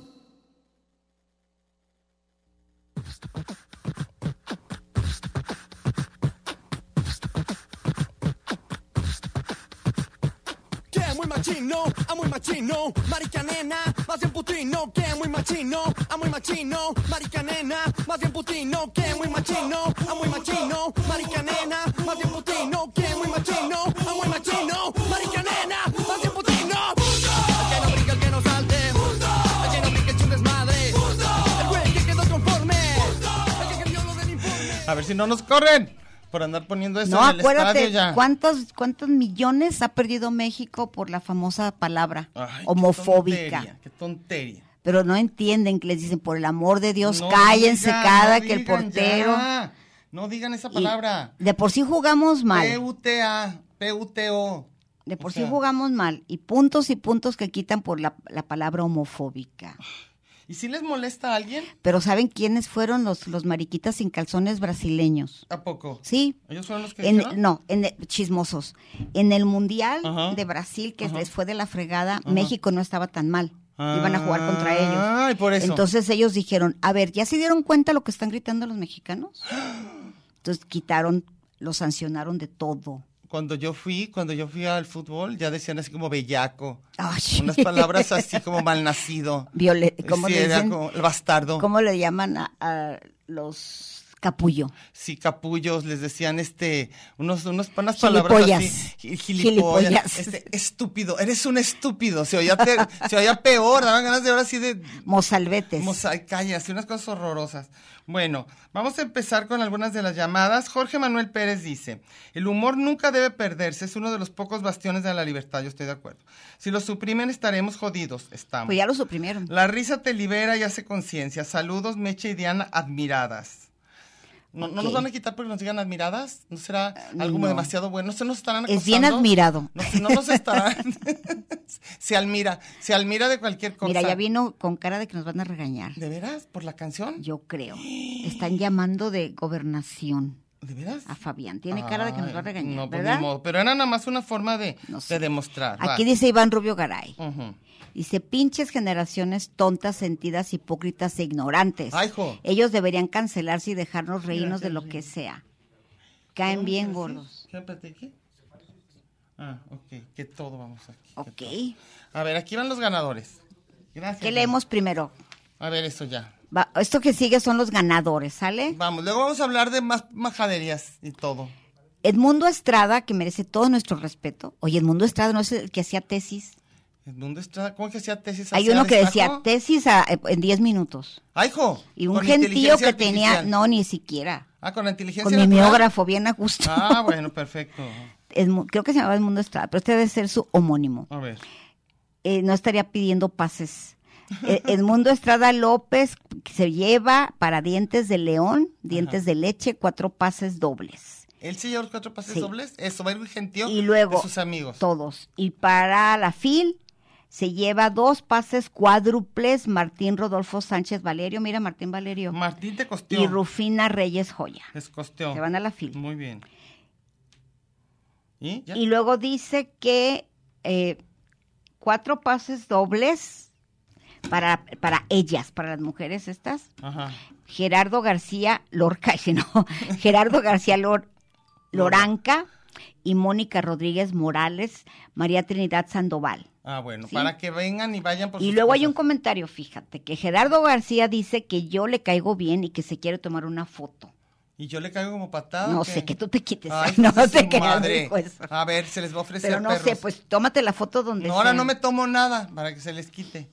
Que muy machino, a muy machino, marica nena, más bien putino, que muy machino, a muy machino, marica nena, más bien putino, que muy machino, a muy machino, marica nena, más bien putino, que muy machino, a muy machino, marica nena, más bien putino. El que no brinca, el que no salte, el que no brinca, es un desmadre, el güey que quedó conforme, el que cambió lo del informe. A ver si no nos corren por andar poniendo eso No, en el estadio acuérdate ya. cuántos cuántos millones ha perdido México por la famosa palabra Ay, qué homofóbica. tontería, Qué tontería. Pero no entienden que les dicen, por el amor de Dios, No cállense digan, cada no que el digan portero. ya. No digan esa Y palabra. de por sí jugamos mal. PUTA, PUTO. De por o sí sea. jugamos mal. Y puntos y puntos que quitan por la, la palabra homofóbica. ¿Y si les molesta a alguien? Pero ¿saben quiénes fueron los, los mariquitas sin calzones brasileños? ¿A poco? Sí. ¿Ellos fueron los que En- dijeron? no, en el- chismosos. En el Mundial Ajá. de Brasil, que Ajá. les fue de la fregada, México no estaba tan mal. Iban a jugar contra ellos. Ay, por eso. Entonces ellos dijeron, a ver, ¿ya se dieron cuenta lo que están gritando los mexicanos? Entonces quitaron, lo sancionaron de todo. Cuando yo fui, cuando yo fui al fútbol, ya decían así como bellaco. Ay. Unas palabras así como malnacido. Viole- ¿cómo Sí, le era dicen? como el bastardo. ¿Cómo le llaman a, a los capullo? Sí, capullos, les decían este, unos, unos, unas palabras Gilipollas. así. gi- Gilipollas. Gilipollas. Este, estúpido, eres un estúpido. Se oía, pe- se oía peor, daban ganas de ahora así de Mozalbetes. mosaicallas y unas cosas horrorosas. Bueno, vamos a empezar con algunas de las llamadas. Jorge Manuel Pérez dice, el humor nunca debe perderse, es uno de los pocos bastiones de la libertad, yo estoy de acuerdo. Si lo suprimen estaremos jodidos, estamos. pues ya lo suprimieron. La risa te libera y hace conciencia. Saludos, Meche y Diana, admiradas. ¿No, no nos Ok. van a quitar porque nos digan admiradas? ¿No será Eh, algo no. demasiado bueno? ¿No se nos estarán Es bien acosando? admirado. No, no nos estarán... se admira, se admira de cualquier cosa. Mira, ya vino con cara de que nos van a regañar. ¿De veras? ¿Por la canción? Yo creo. Están llamando de gobernación ¿De veras? a Fabián. Tiene cara de que nos va a Ay, regañar, No, pues, ni ¿verdad? modo. Pero era nada más una forma de, No sé. de demostrar. va. Aquí dice Iván Rubio Garay. Ujú. Dice, pinches generaciones tontas, sentidas, hipócritas e ignorantes. Ay, jo. Ellos deberían cancelarse y dejarnos reírnos de lo que sea. Caen bien gordos. ¿Qué platiqué? Ah, ok. Que todo vamos aquí. que Ok. todo. A ver, aquí van los ganadores. Gracias. ¿Qué leemos primero? A ver, eso ya. Va- esto que sigue son los ganadores, ¿sale? Vamos, luego vamos a hablar de más majaderías y todo. Edmundo Estrada, que merece todo nuestro respeto. Oye, Edmundo Estrada no es el que hacía tesis. ¿Dónde está? ¿Cómo que hacía tesis? Hay ¿Hacía uno que decía destajo? tesis a- eh, en 10 minutos. ¡Ay, jo! Y un Con gentío que inteligencia tenía, artificial. no, ni siquiera. Ah, con la inteligencia Con natural? mimeógrafo, bien a gusto. Ah, bueno, perfecto. Edmu- creo que se llamaba Edmundo Estrada, pero este debe ser su homónimo. A ver. eh, no estaría pidiendo pases. Eh, Edmundo Estrada López que se lleva para dientes de león, dientes de leche, cuatro pases dobles. Él se lleva los cuatro pases Sí. dobles. Eso, va a ir un gentío Y luego, de sus amigos. Todos. Y para la FIL se lleva dos pases cuádruples, Martín Rodolfo Sánchez Valerio, mira Martín Valerio, Martín te costeó. y Rufina Reyes Joya. Les costeó. Se van a la fila. Muy bien. ¿Y? ¿Ya? Y luego dice que eh, cuatro pases dobles para, para ellas, para las mujeres estas, Ajá. Gerardo García Lorca, ese no, Gerardo García Lor- Loranca y Mónica Rodríguez Morales, María Trinidad Sandoval. Ah, bueno, Sí. para que vengan y vayan por Y sus luego hay un cosas. comentario, fíjate, que Gerardo García dice que yo le caigo bien y que se quiere tomar una foto. ¿Y yo le caigo como patada? no o qué? sé, que tú te quites, Ah, Ay, no hijos de sé su qué madre. dijo eso. A ver, se les va a ofrecer Pero no sé, perros. pues tómate la foto donde No, ahora sea. no me tomo nada para que se les quite.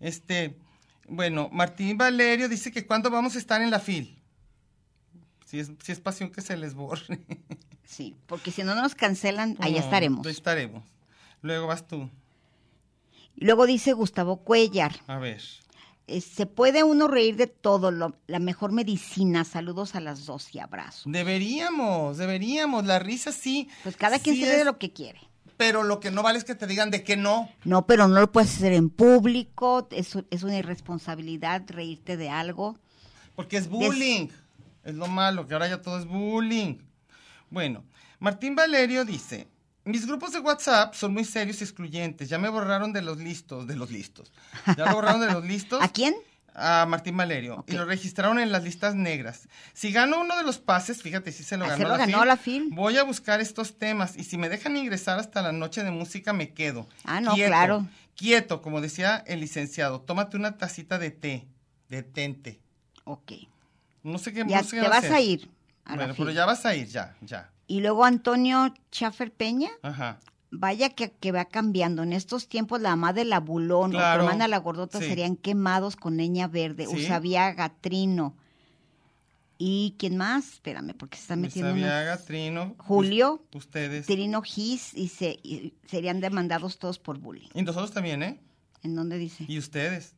Este, bueno, Martín Valerio dice que cuándo vamos a estar en la fil. Si es, si es pasión que se les borre. Sí, porque si no nos cancelan, ahí No, estaremos. Ahí estaremos. Luego vas tú. Y Luego dice Gustavo Cuellar, A ver. eh, se puede uno reír de todo, lo- la mejor medicina. Saludos a las dos y abrazos. Deberíamos, deberíamos. La risa sí. Pues cada quien sí se ríe de es- lo que quiere. Pero lo que no vale es que te digan de que no. No, pero no lo puedes hacer en público, es, es una irresponsabilidad reírte de algo. Porque es bullying. Es lo malo, que ahora ya todo es bullying. Bueno, Martín Valerio dice, mis grupos de WhatsApp son muy serios y excluyentes. Ya me borraron de los listos, de los listos. Ya lo borraron de los listos. ¿A quién? A Martín Valerio. Ok. Y lo registraron en las listas negras. Si gano uno de los pases, fíjate, si se lo Ah, ganó, se lo ganó la Phil. Voy a buscar estos temas y si me dejan ingresar hasta la noche de música, me quedo. Ah, no, claro. Quieto, como decía el licenciado. Tómate una tacita de té. Detente. Ok. No sé qué Ya no sé qué te va vas a hacer. ir. a la Bueno, fila. pero ya vas a ir, ya, ya. Y luego Antonio Schaffer Peña, Ajá. vaya que, que va cambiando. En estos tiempos la mamá de la bulón o Claro. tu hermana la gordota Sí. serían quemados con leña verde. Sí. Usabía Gatrino. ¿Y quién más? Espérame, porque se está metiendo unos- Sabiaga, Trino. Julio. us- Ustedes. Trino Gis y, se, y serían demandados todos por bullying. Y nosotros también, ¿eh? ¿En dónde dice? Y ustedes.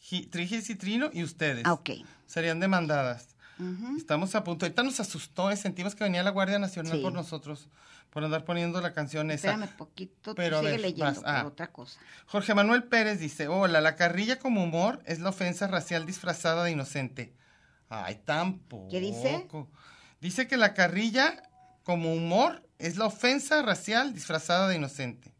Ji- Trigis y Trino y ustedes. Ah, ok. Serían demandadas. Ujú. Estamos a punto. Ahorita nos asustó, ¿eh? sentimos que venía la Guardia Nacional Sí. por nosotros, por andar poniendo la canción esa. Espérame poquito, Pero a tú sigue ver, leyendo vas, ah. por otra cosa. Jorge Manuel Pérez dice, hola, la carrilla como humor es la ofensa racial disfrazada de inocente. Ay, tampoco. ¿Qué dice? Dice que la carrilla como humor es la ofensa racial disfrazada de inocente.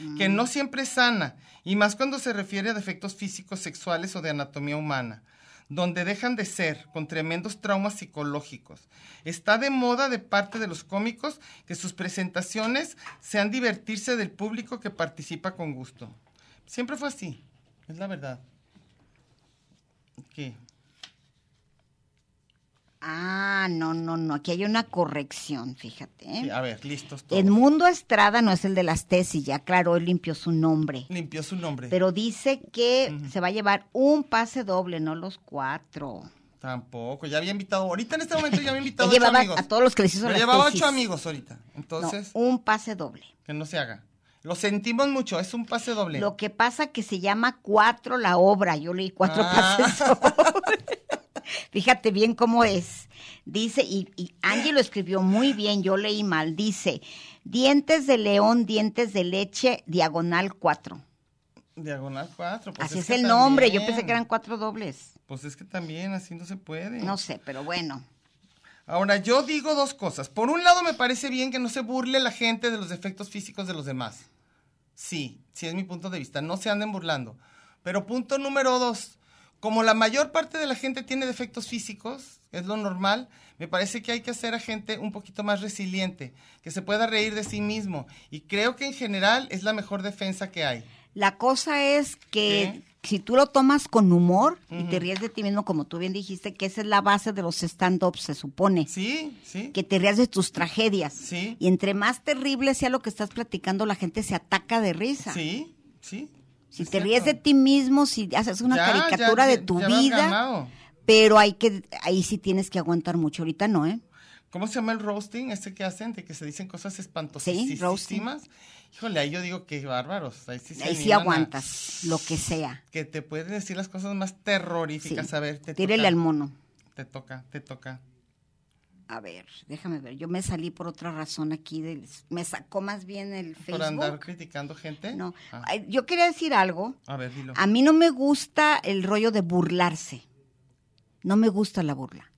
Mm. Que no siempre es sana, y más cuando se refiere a defectos físicos, sexuales o de anatomía humana, donde dejan de ser, con tremendos traumas psicológicos. Está de moda de parte de los cómicos que sus presentaciones sean divertirse del público que participa con gusto. Siempre fue así, es la verdad. ¿Qué? Ah, no, no, no. Aquí hay una corrección, fíjate. ¿eh? Sí, a ver, listos todos. Edmundo Estrada no es el de las tesis, ya claro, él limpió su nombre. Limpió su nombre. Pero dice que se va a llevar un pase doble, no los cuatro. Tampoco, ya había invitado. Ahorita en este momento ya había Él invitado ocho llevaba amigos. a todos los que les hizo Pero las llevaba tesis. ocho amigos ahorita. No, Entonces, un pase doble. que no se haga. Lo sentimos mucho, es un pase doble. Lo que pasa que se llama cuatro la obra. Yo leí cuatro Ah. pases doble. Fíjate bien cómo es. Dice, y, y Angie lo escribió muy bien, yo leí mal. Dice, dientes de león, dientes de leche, diagonal cuatro. Diagonal cuatro. pues Así es, que el nombre. Yo también. pensé que eran cuatro dobles. Pues es que también, así no se puede. No sé, pero bueno. Ahora, yo digo dos cosas. Por un lado, me parece bien que no se burle la gente de los defectos físicos de los demás. Sí, sí es mi punto de vista. No se anden burlando. Pero punto número dos, como la mayor parte de la gente tiene defectos físicos, es lo normal, me parece que hay que hacer a gente un poquito más resiliente, que se pueda reír de sí mismo. Y creo que en general es la mejor defensa que hay. La cosa es que si tú lo tomas con humor y te ríes de ti mismo, como tú bien dijiste, que esa es la base de los stand-ups, se supone. Sí, sí. Que te rías de tus tragedias. Sí. Y entre más terrible sea lo que estás platicando, la gente se ataca de risa. Sí, sí. Si es te ríes de cierto. ti mismo, si haces una Ya, ya, caricatura de ya, tu ya vas vida, ganado. pero hay que, ahí sí tienes que aguantar mucho. Ahorita no, ¿eh? ¿Cómo se llama el roasting? Este que hacen, de que se dicen cosas espantosísimas. Híjole, ahí yo digo que bárbaros. Ahí sí, se Ahí sí animan a- aguantas, lo que sea. que te pueden decir las cosas más terroríficas. Sí. A ver, te Tírele toca. al mono. Te toca, te toca. A ver, déjame ver. Yo me salí por otra razón aquí. del- me sacó más bien el Facebook. Por andar criticando gente. No. Ah, Ay, Yo quería decir algo. a ver, dilo. A mí no me gusta el rollo de burlarse. No me gusta la burla.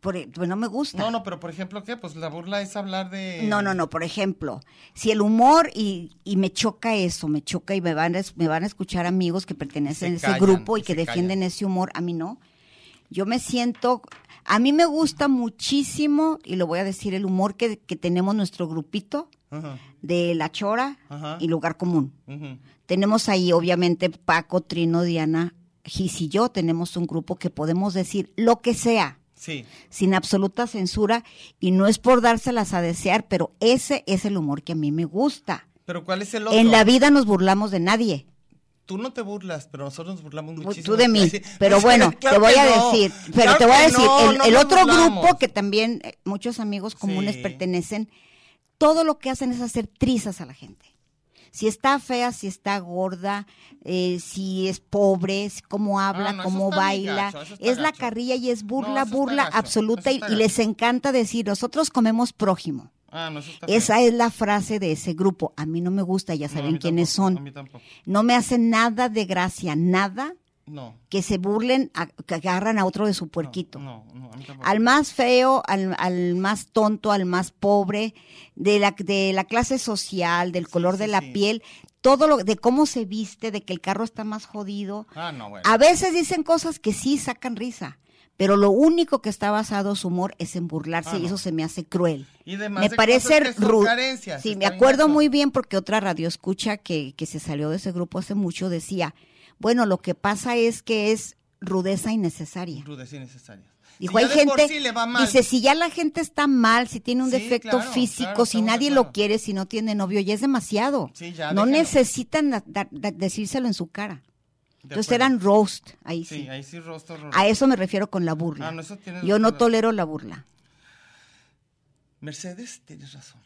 Por, e- pues no me gusta. No, no, pero por ejemplo, ¿qué? Pues la burla es hablar de. No, no, no. Por ejemplo, si el humor y, y me choca eso, me choca y me van a, es- me van a escuchar amigos que pertenecen Se a ese callan, grupo y que que se defienden callan. ese humor, a mí no. Yo me siento, a mí me gusta muchísimo, y lo voy a decir, el humor que, que tenemos nuestro grupito Ajá, de La Chora Ajá. y Lugar Común. ujú. Tenemos ahí, obviamente, Paco, Trino, Diana, Gis y yo, tenemos un grupo que podemos decir lo que sea Sí. sin absoluta censura y no es por dárselas a desear, pero ese es el humor que a mí me gusta. Pero ¿cuál es el otro? En la vida nos burlamos de nadie. Tú no te burlas, pero nosotros nos burlamos Tú muchísimo. de mí, Sí, pero pues, bueno, claro te voy que a no. decir, pero Claro te voy a que decir, no, el, no el nos otro burlamos. grupo que también eh, muchos amigos comunes Sí. pertenecen, todo lo que hacen es hacer trizas a la gente. Si está fea, si está gorda, eh, si es pobre, si cómo habla, no, eso cómo está muy baila. gacho, eso está es la gacho. carrilla y es burla, No, eso está burla gacho, absoluta eso y, está y gacho. les encanta decir, nosotros comemos prójimo. Ah, no, eso está Esa feo. es la frase de ese grupo. A mí no me gusta, ya No, a saben mí quiénes tampoco, A mí son. tampoco. No me hacen nada de gracia, nada No. que se burlen, a- que agarran a otro de su puerquito. No, no, a mí tampoco. Al más feo, al, al más tonto, al más pobre, de la, de la clase social, del color de sí, la sí. piel, todo lo, de cómo se viste, de que el carro está más jodido. Ah, no, bueno. A veces dicen cosas que sí sacan risa, pero lo único que está basado su humor es en burlarse Ah, y no. eso se me hace cruel. Y demás Me de parece cosas que son rudo. carencias, Sí, está me bien acuerdo gacho. muy bien porque otra radio escucha que, que se salió de ese grupo hace mucho decía, bueno, lo que pasa es que es rudeza innecesaria. Rudes innecesarias. Dijo, Si ya hay de por gente, sí le va mal. dice, si ya la gente está mal, si tiene un Sí, defecto claro, físico, claro, si estamos de nadie lo acuerdo. quiere, si no tiene novio, ya es demasiado. Sí, ya, no déjenlo. necesitan da- da- da- decírselo en su cara. De Entonces acuerdo. eran roast, ahí sí. Sí, ahí sí rostro, rostro. A eso me refiero con la burla. Ah, no, eso tienes Yo no razón. tolero la burla. Mercedes, tienes razón.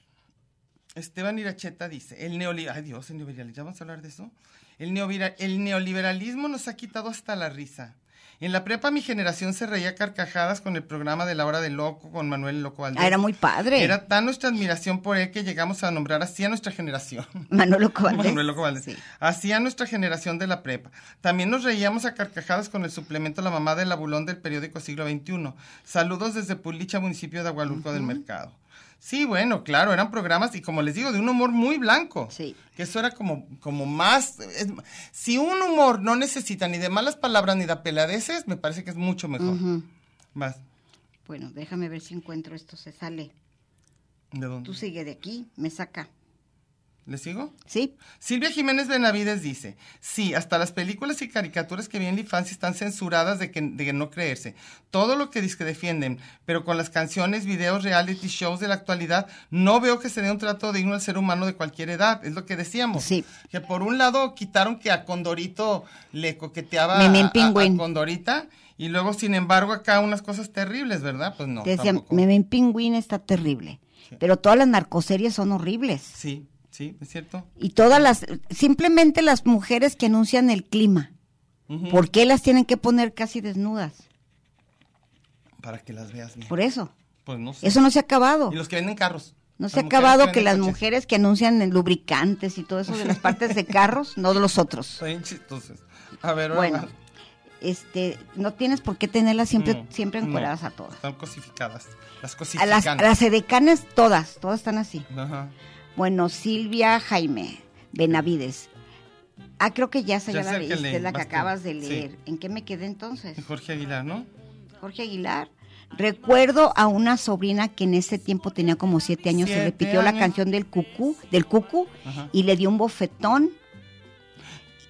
Esteban Iracheta dice, el neoliberalismo, ay Dios, el neoliberalismo, ¿ya vamos a hablar de eso? El, neovira- el neoliberalismo nos ha quitado hasta la risa. En la prepa mi generación se reía a carcajadas con el programa de La Hora del Loco, con Manuel Loco Valdés. Ah, era muy padre. Era tan nuestra admiración por él que llegamos a nombrar así a nuestra generación. Manolo Cobaldes. Manuel Loco Valdés. Sí. Así a nuestra generación de la prepa. También nos reíamos a carcajadas con el suplemento La Mamá del Abulón del periódico Siglo XXI. Saludos desde Pulicha, municipio de Agualulco del Mercado. Sí, bueno, claro, eran programas y como les digo, de un humor muy blanco. Sí. Que eso era como, como más... es- si un humor no necesita ni de malas palabras ni de apeladeces, me parece que es mucho mejor. Ujú. Más. Bueno, déjame ver si encuentro esto. Se sale. ¿De dónde? Tú sigue de aquí, me saca. ¿Le sigo? ¿Sí? Silvia Jiménez Benavides dice, sí, hasta las películas y caricaturas que vi en la infancia están censuradas de, que, de no creerse. Todo lo que dizque defienden, pero con las canciones, videos, reality shows de la actualidad, no veo que se dé un trato digno al ser humano de cualquier edad. Es lo que decíamos. Sí. Que por un lado quitaron que a Condorito le coqueteaba a, Memín a- a Pingüín. Condorita, y luego, sin embargo, acá unas cosas terribles, ¿verdad? Pues no, Te decía, tampoco. Memín Pingüín está terrible. Sí. Pero todas las narcoseries son horribles. Sí, sí, es cierto. Y todas las, simplemente las mujeres que anuncian el clima. Ujú. ¿Por qué las tienen que poner casi desnudas? Para que las veas. ¿no? Por eso. Pues no sé. Eso no se ha acabado. Y los que venden carros. No Las se ha mujeres acabado que venden las coches. mujeres que anuncian en lubricantes y todo eso de las partes de carros, no de los otros. Está bien chistosos. A ver, ahora Bueno, va. este, no tienes por qué tenerlas siempre, No, siempre Mm, no. encuadradas a todas. Están cosificadas. Las A cosifican. las, e- a las edecanes todas, todas están así. Ajá. Bueno, Silvia Jaime Benavides. Ah, creo que ya esa ya, Ya la sé que leíste, leí la que bastante, acabas de sí. leer. ¿En qué me quedé entonces? Y Jorge Aguilar, ¿no? Jorge Aguilar. Recuerdo a una sobrina que en ese tiempo tenía como siete años, se le Siete pidió la años. canción del cucú, del cucú, Ajá. y le dio un bofetón.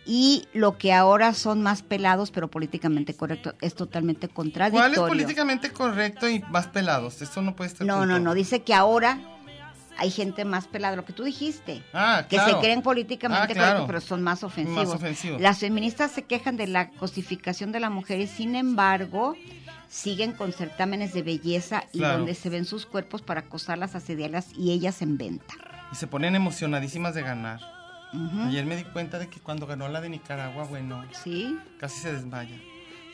Y lo que ahora son más pelados, pero políticamente correcto, es totalmente ¿Cuál es contradictorio. políticamente correcto y más pelados? Esto no puede estar. no, junto. no, no, dice que ahora hay gente más pelada, lo que tú dijiste. Ah, que claro. se creen políticamente Ah, claro. correctos, pero son más ofensivos. Más ofensivos. Las feministas se quejan de la cosificación de la mujer y sin embargo siguen con certámenes de belleza y Claro. donde se ven sus cuerpos para acosarlas, asediarlas y ellas en venta. Y se ponen emocionadísimas de ganar. Ujú, Ayer me di cuenta de que cuando ganó la de Nicaragua, bueno, Sí, casi se desmaya.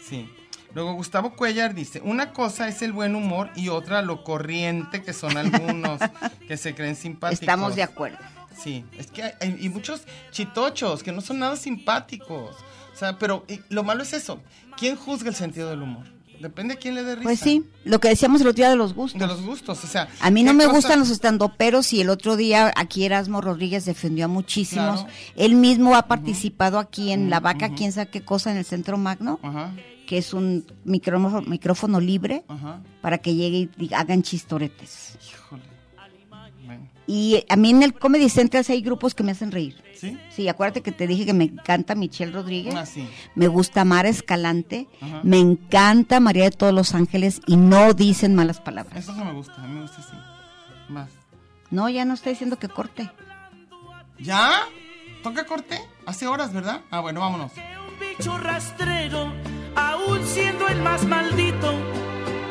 Sí. Luego Gustavo Cuellar dice, una cosa es el buen humor y otra lo corriente que son algunos que se creen simpáticos. estamos de acuerdo. Sí, es que hay, hay- y muchos chitochos que no son nada simpáticos. O sea, pero y lo malo es eso. ¿Quién juzga el sentido del humor? Depende a quién le dé risa. Pues sí, lo que decíamos el otro día de los gustos. De los gustos, o sea. A mí no ¿qué me cosa- gustan los estandoperos y el otro día aquí Erasmo Rodríguez defendió a muchísimos. Claro. Él mismo ha participado aquí en La Vaca, ujú. quién sabe qué cosa, en el Centro Magno, Ajá, que es un micrófono, micrófono libre ajá. para que llegue y diga- hagan chistoretes. Híjole. Bueno, Y a mí en el Comedy Central sí hay grupos que me hacen reír. ¿sí? Sí, acuérdate que te dije que me encanta Michelle Rodríguez. Ah, sí. Me gusta Mara Escalante, Ajá. me encanta María de todos los Ángeles y no dicen malas palabras. Eso no me gusta, a mí me gusta así. Más. No, ya no está diciendo que corte. ¿Ya? ¿Toca corte? Hace horas, ¿verdad? Ah, bueno, vámonos. un bicho rastrero, aún siendo el más maldito,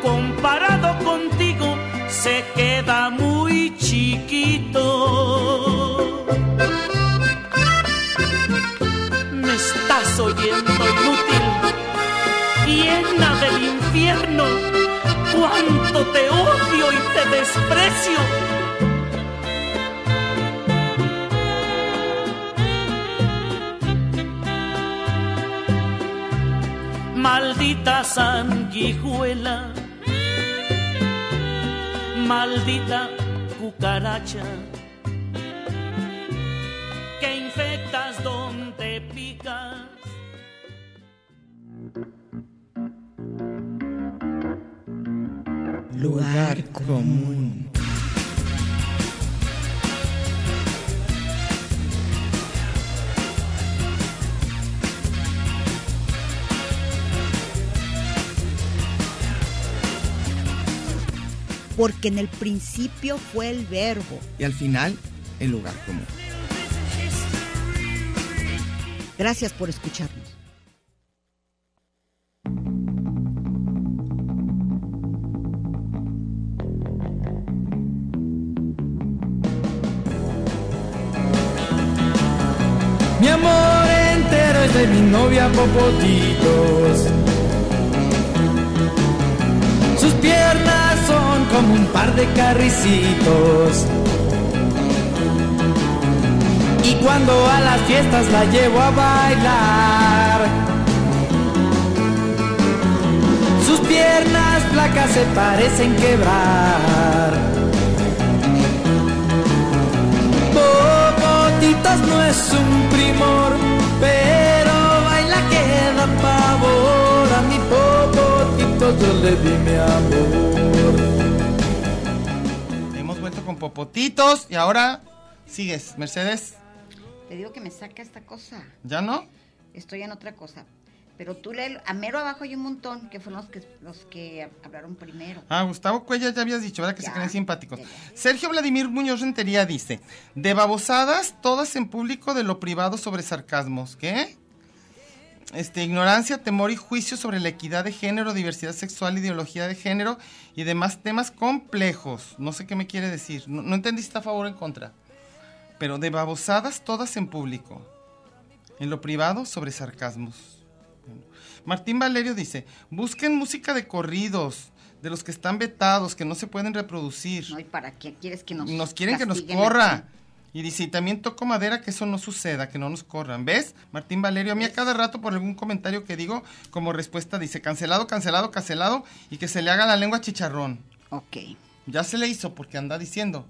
comparado contigo, se queda muy chiquito. Me estás oyendo inútil, llena del infierno, cuánto te odio y te desprecio. maldita sanguijuela, maldita cucaracha, que infectas donde picas. Lugar común. Porque en el principio fue el verbo. Y al final, el lugar común. Gracias por escucharnos. Mi amor entero es de mi novia Popotitos. Sus piernas son como un par de carricitos. Y cuando a las fiestas la llevo a bailar, sus piernas flacas se parecen quebrar. Popotitos no es un primor, pero baila que da pavor. A mi Popotitos yo le di mi amor. Hemos vuelto con popotitos y ahora sigues, Mercedes. Te digo que me saca esta cosa. ¿Ya no? Estoy en otra cosa. Pero tú le a mero abajo hay un montón que fueron los que los que hablaron primero. Ah, Gustavo Cuellar ya habías dicho, ¿verdad? Que Ya. se creen simpáticos. Ya, ya. Sergio Vladimir Muñoz Rentería dice: De babosadas, todas en público, de lo privado sobre sarcasmos. ¿Qué? Este, ignorancia, temor y juicio sobre la equidad de género, diversidad sexual, ideología de género y demás temas complejos. No sé qué me quiere decir. No, no entendí si está a favor o en contra. Pero de babosadas, todas en público. En lo privado, sobre sarcasmos. Martín Valerio dice, busquen música de corridos, de los que están vetados, que no se pueden reproducir. No, ¿y para qué quieres que nos Nos quieren que nos castiguen corra. aquí? Y dice, y también toco madera que eso no suceda, que no nos corran. ¿Ves? Martín Valerio, a mí a cada rato por algún comentario que digo, como respuesta dice, cancelado, cancelado, cancelado, y que se le haga la lengua chicharrón. Ok. Ya se le hizo porque anda diciendo.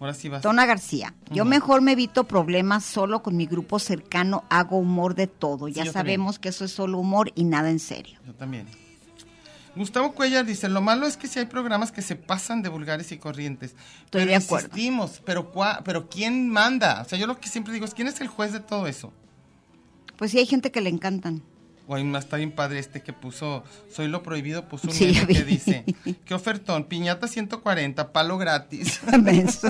Ahora sí vas. Tona García, yo Ujú. mejor me evito problemas solo con mi grupo cercano, hago humor de todo. Ya yo también. sabemos que eso es solo humor y nada en serio. Yo también. Gustavo Cuellar dice, lo malo es que si hay programas que se pasan de vulgares y corrientes. Estoy pero de acuerdo. insistimos, pero, cua- pero ¿quién manda? O sea, yo lo que siempre digo es, ¿quién es el juez de todo eso? Pues sí, hay gente que le encantan. O hay una, está bien padre este que puso, soy lo prohibido, puso un Sí, meme ya vi. que dice, ¿qué ofertón? Piñata 140, palo gratis. Menso.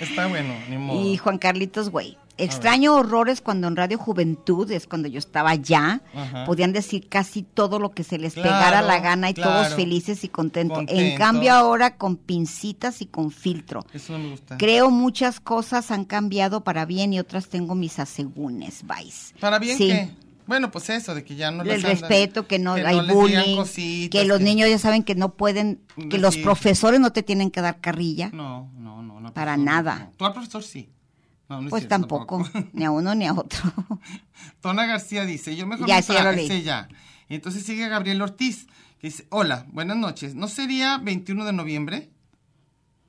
está bueno, ni modo. y Juan Carlitos, güey. Extraño horrores cuando en Radio Juventud, es cuando yo estaba allá, Ajá. podían decir casi todo lo que se les Claro, pegara la gana y todos claro. felices y contentos. En Contentos. cambio ahora con pincitas y con filtro. Eso no me gusta. Creo muchas cosas han cambiado para bien y otras tengo mis asegúnes, Vice. ¿Para bien Sí. qué? Bueno, pues eso, de que ya no el les andan- respeto, que no hay les digan bullying, cositas, que los niños ya saben que no pueden, que Decir- los profesores no te tienen que dar carrilla, No, no, no. no, Para profesor, nada. no. Tú al profesor sí. No, no es pues cierto, tampoco, ni a uno ni a otro. Tona García dice, yo mejor Ya, me sí, ya lo tra- leí. ese ya. Entonces sigue Gabriel Ortiz, que dice, hola, buenas noches. ¿No sería 21 de noviembre?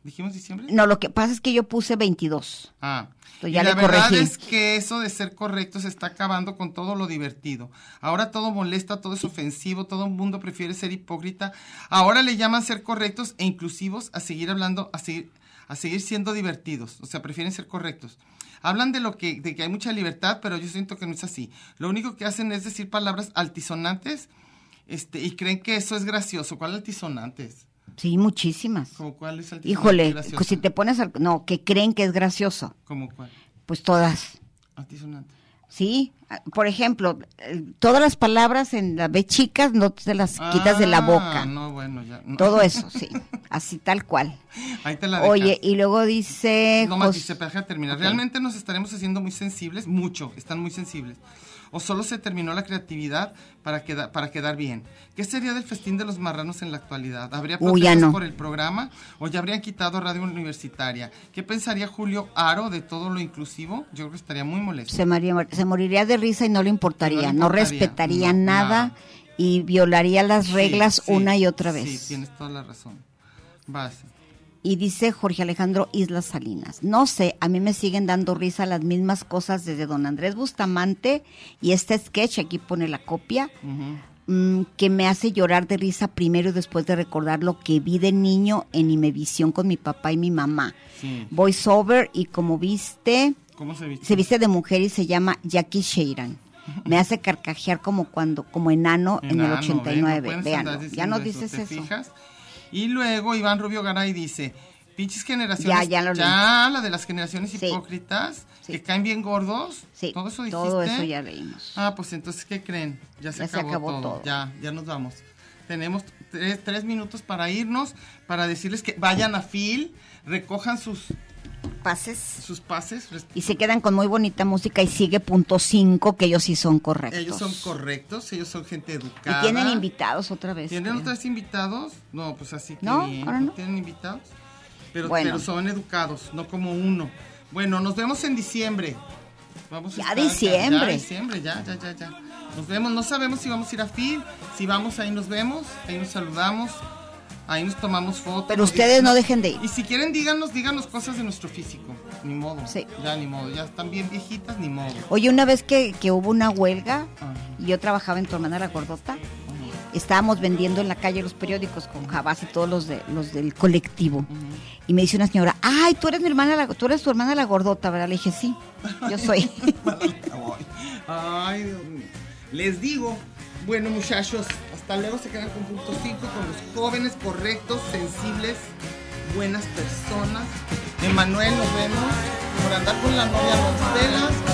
¿Dijimos diciembre? No, lo que pasa es que yo puse 22. Ah, Entonces y Pues ya la le verdad corregí. es que eso de ser correcto se está acabando con todo lo divertido. Ahora todo molesta, todo es ofensivo, todo el mundo prefiere ser hipócrita. Ahora le llaman ser correctos e inclusivos a seguir hablando, a seguir, a seguir siendo divertidos. O sea, prefieren ser correctos. Hablan de lo que, de que hay mucha libertad, pero yo siento que no es así. Lo único que hacen es decir palabras altisonantes, este, y creen que eso es gracioso. ¿Cuál altisonantes? Sí, muchísimas. ¿Cómo cuál es altisonante Híjole, graciosa? pues si te pones al- No, que creen que es gracioso, ¿Cómo cuál? pues todas. Altisonante. Sí, Ah, por ejemplo, eh, todas las palabras en la B chicas no te las quitas de la Ah, boca. No, bueno, ya. no. Todo eso, sí, así tal cual. Ahí te la dejas. Oye, y luego dice... No, Jos- Mati, se deja terminar. Ok. Realmente nos estaremos haciendo muy sensibles, mucho, están muy sensibles. O solo se terminó la creatividad para, queda- para quedar bien. ¿Qué sería del festín de los marranos en la actualidad? ¿Habría Uy, ya protestas no. por el programa o ya habrían quitado Radio Universitaria? ¿Qué pensaría Julio Aro de todo lo inclusivo? Yo creo que estaría muy molesto. se, María, se se moriría de risa y no le importaría, No le no, importaría, respetaría no, nada, nada. y violaría las Sí, reglas sí, una y otra Sí, vez. tienes toda la razón. Vas. Y dice Jorge Alejandro Islas Salinas, no sé, a mí me siguen dando risa las mismas cosas desde don Andrés Bustamante y este sketch, aquí pone la copia, mm, que me hace llorar de risa primero y después de recordar lo que vi de niño en Imevisión con mi papá y mi mamá. Sí. Voice over y como viste, ¿Cómo se viste? se viste de mujer y se llama Jackie Sheiran. Me hace carcajear como cuando, como enano, en el Enano, ¿ven? 89. puedes Vean, andar ya diciendo no eso, dices ¿te eso. fijas? Y luego Iván Rubio Garay dice, pinches generaciones, Ya, ya lo leí. la de las generaciones Sí. hipócritas, Sí. que caen bien gordos, Sí, todo eso dijiste. todo eso ya leímos. Ah, pues entonces, ¿qué creen? Ya se Ya se acabó, acabó todo. todo. Ya, ya nos vamos. Tenemos tres, tres minutos para irnos, para decirles que vayan a Phil, recojan sus, Pases. sus pases, res- Y se quedan con muy bonita música y sigue punto 5, que ellos sí son correctos. ellos son correctos, ellos son gente educada. Y tienen invitados otra vez. ¿Tienen creo. otros invitados? No, pues así que No, bien, ahora no. tienen invitados. Pero, Bueno. pero son educados, no como uno. Bueno, nos vemos en diciembre. Vamos a Ya estar- diciembre. Ya, diciembre, ya, ya, ya, ya. Nos vemos, no sabemos si vamos a ir a FIL, si vamos ahí nos vemos, ahí nos saludamos, ahí nos tomamos fotos. Pero ustedes no dejen de ir. Y si quieren, díganos, díganos cosas de nuestro físico. Ni modo. Sí. Ya, ni modo. Ya están bien viejitas, ni modo. Oye, una vez que, que hubo una huelga, Ajá. y yo trabajaba en tu hermana la gordota, estábamos vendiendo en la calle los periódicos con Jabás y todos los de los del colectivo. Y me dice una señora, ay, tú eres mi hermana, la, tú eres tu hermana la gordota, ¿verdad? Le dije, sí, yo soy. Ay, Dios mío. Les digo, bueno muchachos, hasta luego se quedan con punto 5, con los jóvenes correctos, sensibles, buenas personas. Emanuel, nos vemos por andar con la novia Rostelas.